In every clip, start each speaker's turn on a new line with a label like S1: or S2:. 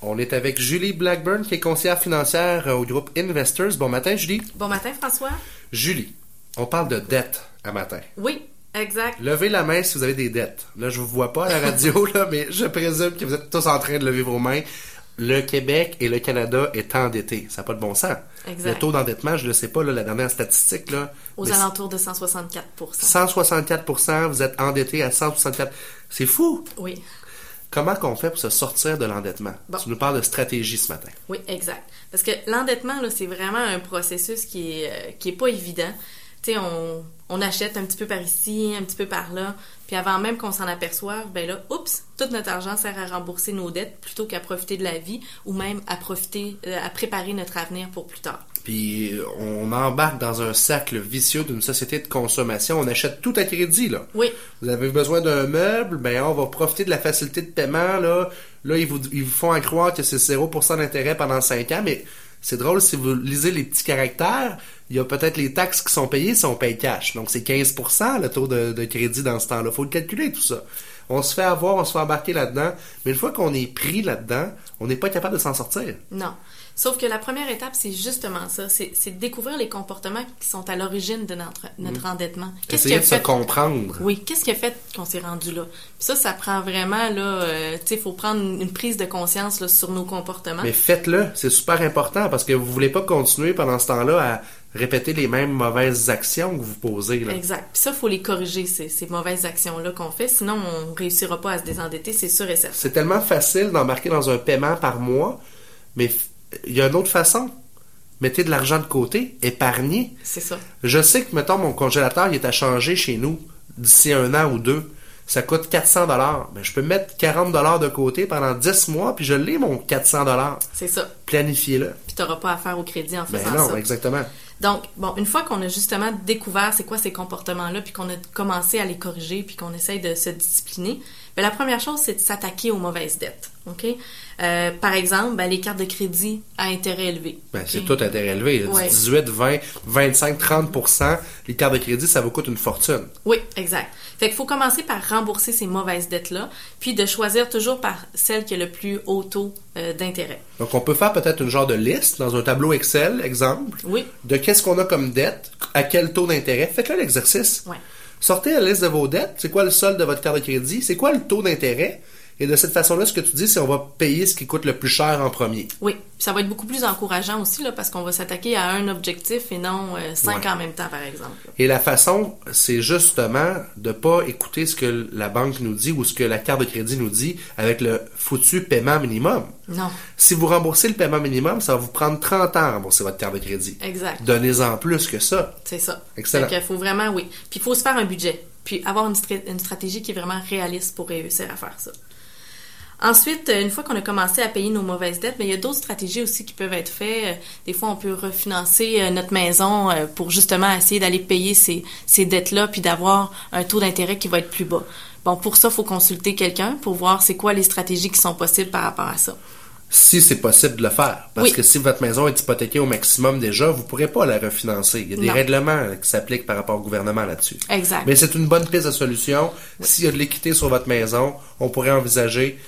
S1: On est avec Julie Blackburn, qui est conseillère financière euh, au groupe Investors. Bon matin, Julie.
S2: Bon matin, François.
S1: Julie, on parle de dette à matin.
S2: Oui, exact.
S1: Levez la main si vous avez des dettes. Là, je vous vois pas à la radio, là, mais je présume que vous êtes tous en train de lever vos mains. Le Québec et le Canada est endetté. Ça n'a pas de bon sens.
S2: Exact.
S1: Le taux d'endettement, je ne le sais pas, là, la dernière statistique, là.
S2: Aux
S1: mais
S2: alentours de 164
S1: 164 vous êtes endetté à 164 C'est fou!
S2: Oui,
S1: Comment qu'on fait pour se sortir de l'endettement?
S2: Bon.
S1: Tu nous parles de stratégie ce matin.
S2: oui, exact. Parce que l'endettement, là, c'est vraiment un processus qui est, euh, qui est pas évident. Tu sais, on, on achète un petit peu par ici, un petit peu par là, puis avant même qu'on s'en aperçoive, ben là, oups, tout notre argent sert à rembourser nos dettes plutôt qu'à profiter de la vie ou même à profiter, euh, à préparer notre avenir pour plus tard.
S1: Puis on embarque dans un cercle vicieux d'une société de consommation. On achète tout à crédit, là.
S2: Oui,
S1: Vous avez besoin d'un meuble, ben on va profiter de la facilité de paiement, là. Là, ils vous, ils vous font accroire que c'est 0% d'intérêt pendant 5 ans, mais c'est drôle, si vous lisez les petits caractères, il y a peut-être les taxes qui sont payées si on paye cash. Donc c'est 15% le taux de, de crédit dans ce temps-là. faut le calculer, tout ça. On se fait avoir, on se fait embarquer là-dedans, mais une fois qu'on est pris là-dedans, on n'est pas capable de s'en sortir.
S2: Non. Sauf que la première étape, c'est justement ça. C'est c'est de découvrir les comportements qui sont à l'origine de notre, notre endettement. Qu'est-ce qui
S1: Mm. Essayer
S2: a
S1: de se
S2: fait...
S1: comprendre.
S2: Oui, qu'est-ce qui a fait qu'on s'est rendu là? Puis ça, ça prend vraiment, là, euh, tu sais, faut prendre une une prise de conscience là, sur nos comportements.
S1: Mais faites-le, c'est super important parce que vous voulez pas continuer pendant ce temps-là à répéter les mêmes mauvaises actions que vous posez. Là.
S2: Exact. Puis ça, faut les corriger, ces, ces mauvaises actions-là qu'on fait. Sinon, on réussira pas à se désendetter, c'est sûr et certain.
S1: C'est tellement facile d'embarquer dans un paiement par mois, mais f- il y a une autre façon. Mettez de l'argent de côté, épargnez.
S2: C'est ça.
S1: Je sais que, mettons, mon congélateur, il est à changer chez nous d'ici un an ou deux. Ça coûte 400 dollars. Ben, je peux mettre 40 dollars de côté pendant 10 mois, puis je l'ai, mon 400 dollars.
S2: C'est ça.
S1: Planifiez-le.
S2: Puis t'auras pas affaire au crédit en faisant
S1: Ben non,
S2: ça.
S1: exactement.
S2: Donc, bon, une fois qu'on a justement découvert c'est quoi ces comportements-là, puis qu'on a commencé à les corriger, puis qu'on essaye de se discipliner, ben, la première chose, c'est de s'attaquer aux mauvaises dettes. OK? Euh, par exemple, ben, les cartes de crédit à intérêt élevé.
S1: Ben, c'est
S2: OK?
S1: tout intérêt élevé. là. Du
S2: Ouais.
S1: 18, 20, 25, 30 les cartes de crédit, ça vous coûte une fortune.
S2: Oui, exact. Fait qu'il faut commencer par rembourser ces mauvaises dettes-là, puis de choisir toujours par celle qui a le plus haut taux euh, d'intérêt.
S1: Donc, on peut faire peut-être une genre de liste dans un tableau Excel, exemple,
S2: Oui.
S1: de qu'est-ce qu'on a comme dette, à quel taux d'intérêt. Faites-le l'exercice.
S2: Ouais.
S1: Sortez la liste de vos dettes. C'est quoi le solde de votre carte de crédit? C'est quoi le taux d'intérêt? Et de cette façon-là, ce que tu dis, c'est on va payer ce qui coûte le plus cher en premier.
S2: Oui, Puis ça va être beaucoup plus encourageant aussi, là, parce qu'on va s'attaquer à un objectif et non euh, cinq
S1: Ouais.
S2: en même temps, par exemple. là.
S1: Et la façon, c'est justement de pas écouter ce que la banque nous dit ou ce que la carte de crédit nous dit avec le foutu paiement minimum.
S2: Non,
S1: Si vous remboursez le paiement minimum, ça va vous prendre 30 ans à rembourser votre carte de crédit.
S2: exact.
S1: Donnez-en plus que ça.
S2: C'est ça.
S1: Excellent.
S2: Fait que faut vraiment, oui. Puis il faut se faire un budget. Puis avoir une, stra- une stratégie qui est vraiment réaliste pour réussir à faire ça. Ensuite, euh, une fois qu'on a commencé à payer nos mauvaises dettes, mais il y a d'autres stratégies aussi qui peuvent être faites. Euh, Des fois, on peut refinancer euh, notre maison euh, pour justement essayer d'aller payer ces, ces dettes-là, puis d'avoir un taux d'intérêt qui va être plus bas. Bon, pour ça, faut consulter quelqu'un pour voir c'est quoi les stratégies qui sont possibles par rapport à ça.
S1: Si c'est possible de le faire. Parce
S2: Oui.
S1: que si votre maison est hypothéquée au maximum déjà, vous pourrez pas la refinancer. Il y a des
S2: Non.
S1: règlements qui s'appliquent par rapport au gouvernement là-dessus.
S2: Exact.
S1: Mais c'est une bonne piste de solution. S'il y a de l'équité sur votre maison, on pourrait envisager.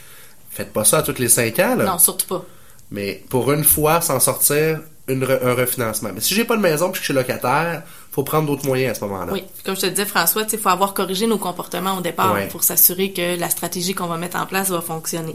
S1: Faites pas ça à tous les cinq ans, là.
S2: Non, surtout pas.
S1: Mais pour une fois, s'en sortir, une re- un refinancement. Mais si j'ai pas de maison puis que je suis locataire, faut prendre d'autres moyens à ce moment-là.
S2: Oui, comme je te disais, François, il faut avoir corrigé nos comportements au départ
S1: Ouais.
S2: pour s'assurer que la stratégie qu'on va mettre en place va fonctionner.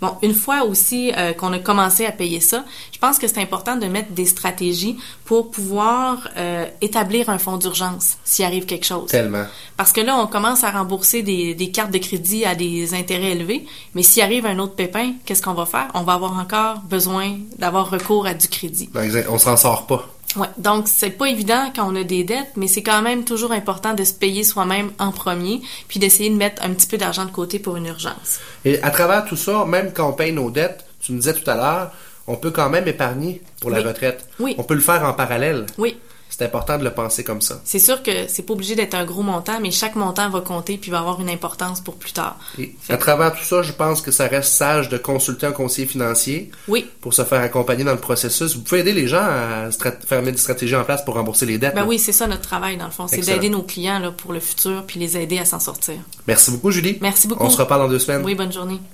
S2: Bon, une fois aussi euh, qu'on a commencé à payer ça, je pense que c'est important de mettre des stratégies pour pouvoir euh, établir un fonds d'urgence s'il arrive quelque chose.
S1: Tellement.
S2: Parce que là, on commence à rembourser des, des cartes de crédit à des intérêts élevés, mais s'il arrive un autre pépin, qu'est-ce qu'on va faire? On va avoir encore besoin d'avoir recours à du crédit.
S1: Non, exact. On s'en sort pas.
S2: Ouais, donc c'est pas évident quand on a des dettes, mais c'est quand même toujours important de se payer soi-même en premier, puis d'essayer de mettre un petit peu d'argent de côté pour une urgence.
S1: Et à travers tout ça, même quand on paye nos dettes, tu me disais tout à l'heure, on peut quand même épargner pour la
S2: Oui.
S1: retraite.
S2: Oui.
S1: On peut le faire en parallèle.
S2: Oui,
S1: C'est important de le penser comme ça.
S2: c'est sûr que c'est pas obligé d'être un gros montant, mais chaque montant va compter puis va avoir une importance pour plus tard.
S1: Et à travers tout ça, je pense que ça reste sage de consulter un conseiller financier
S2: Oui.
S1: pour se faire accompagner dans le processus. Vous pouvez aider les gens à strat- faire mettre des stratégies en place pour rembourser les dettes.
S2: Ben
S1: là.
S2: oui, c'est ça notre travail dans le fond, c'est
S1: Excellent.
S2: d'aider nos clients là, pour le futur puis les aider à s'en sortir.
S1: Merci beaucoup, Julie.
S2: Merci beaucoup.
S1: On se reparle dans deux semaines.
S2: Oui, bonne journée.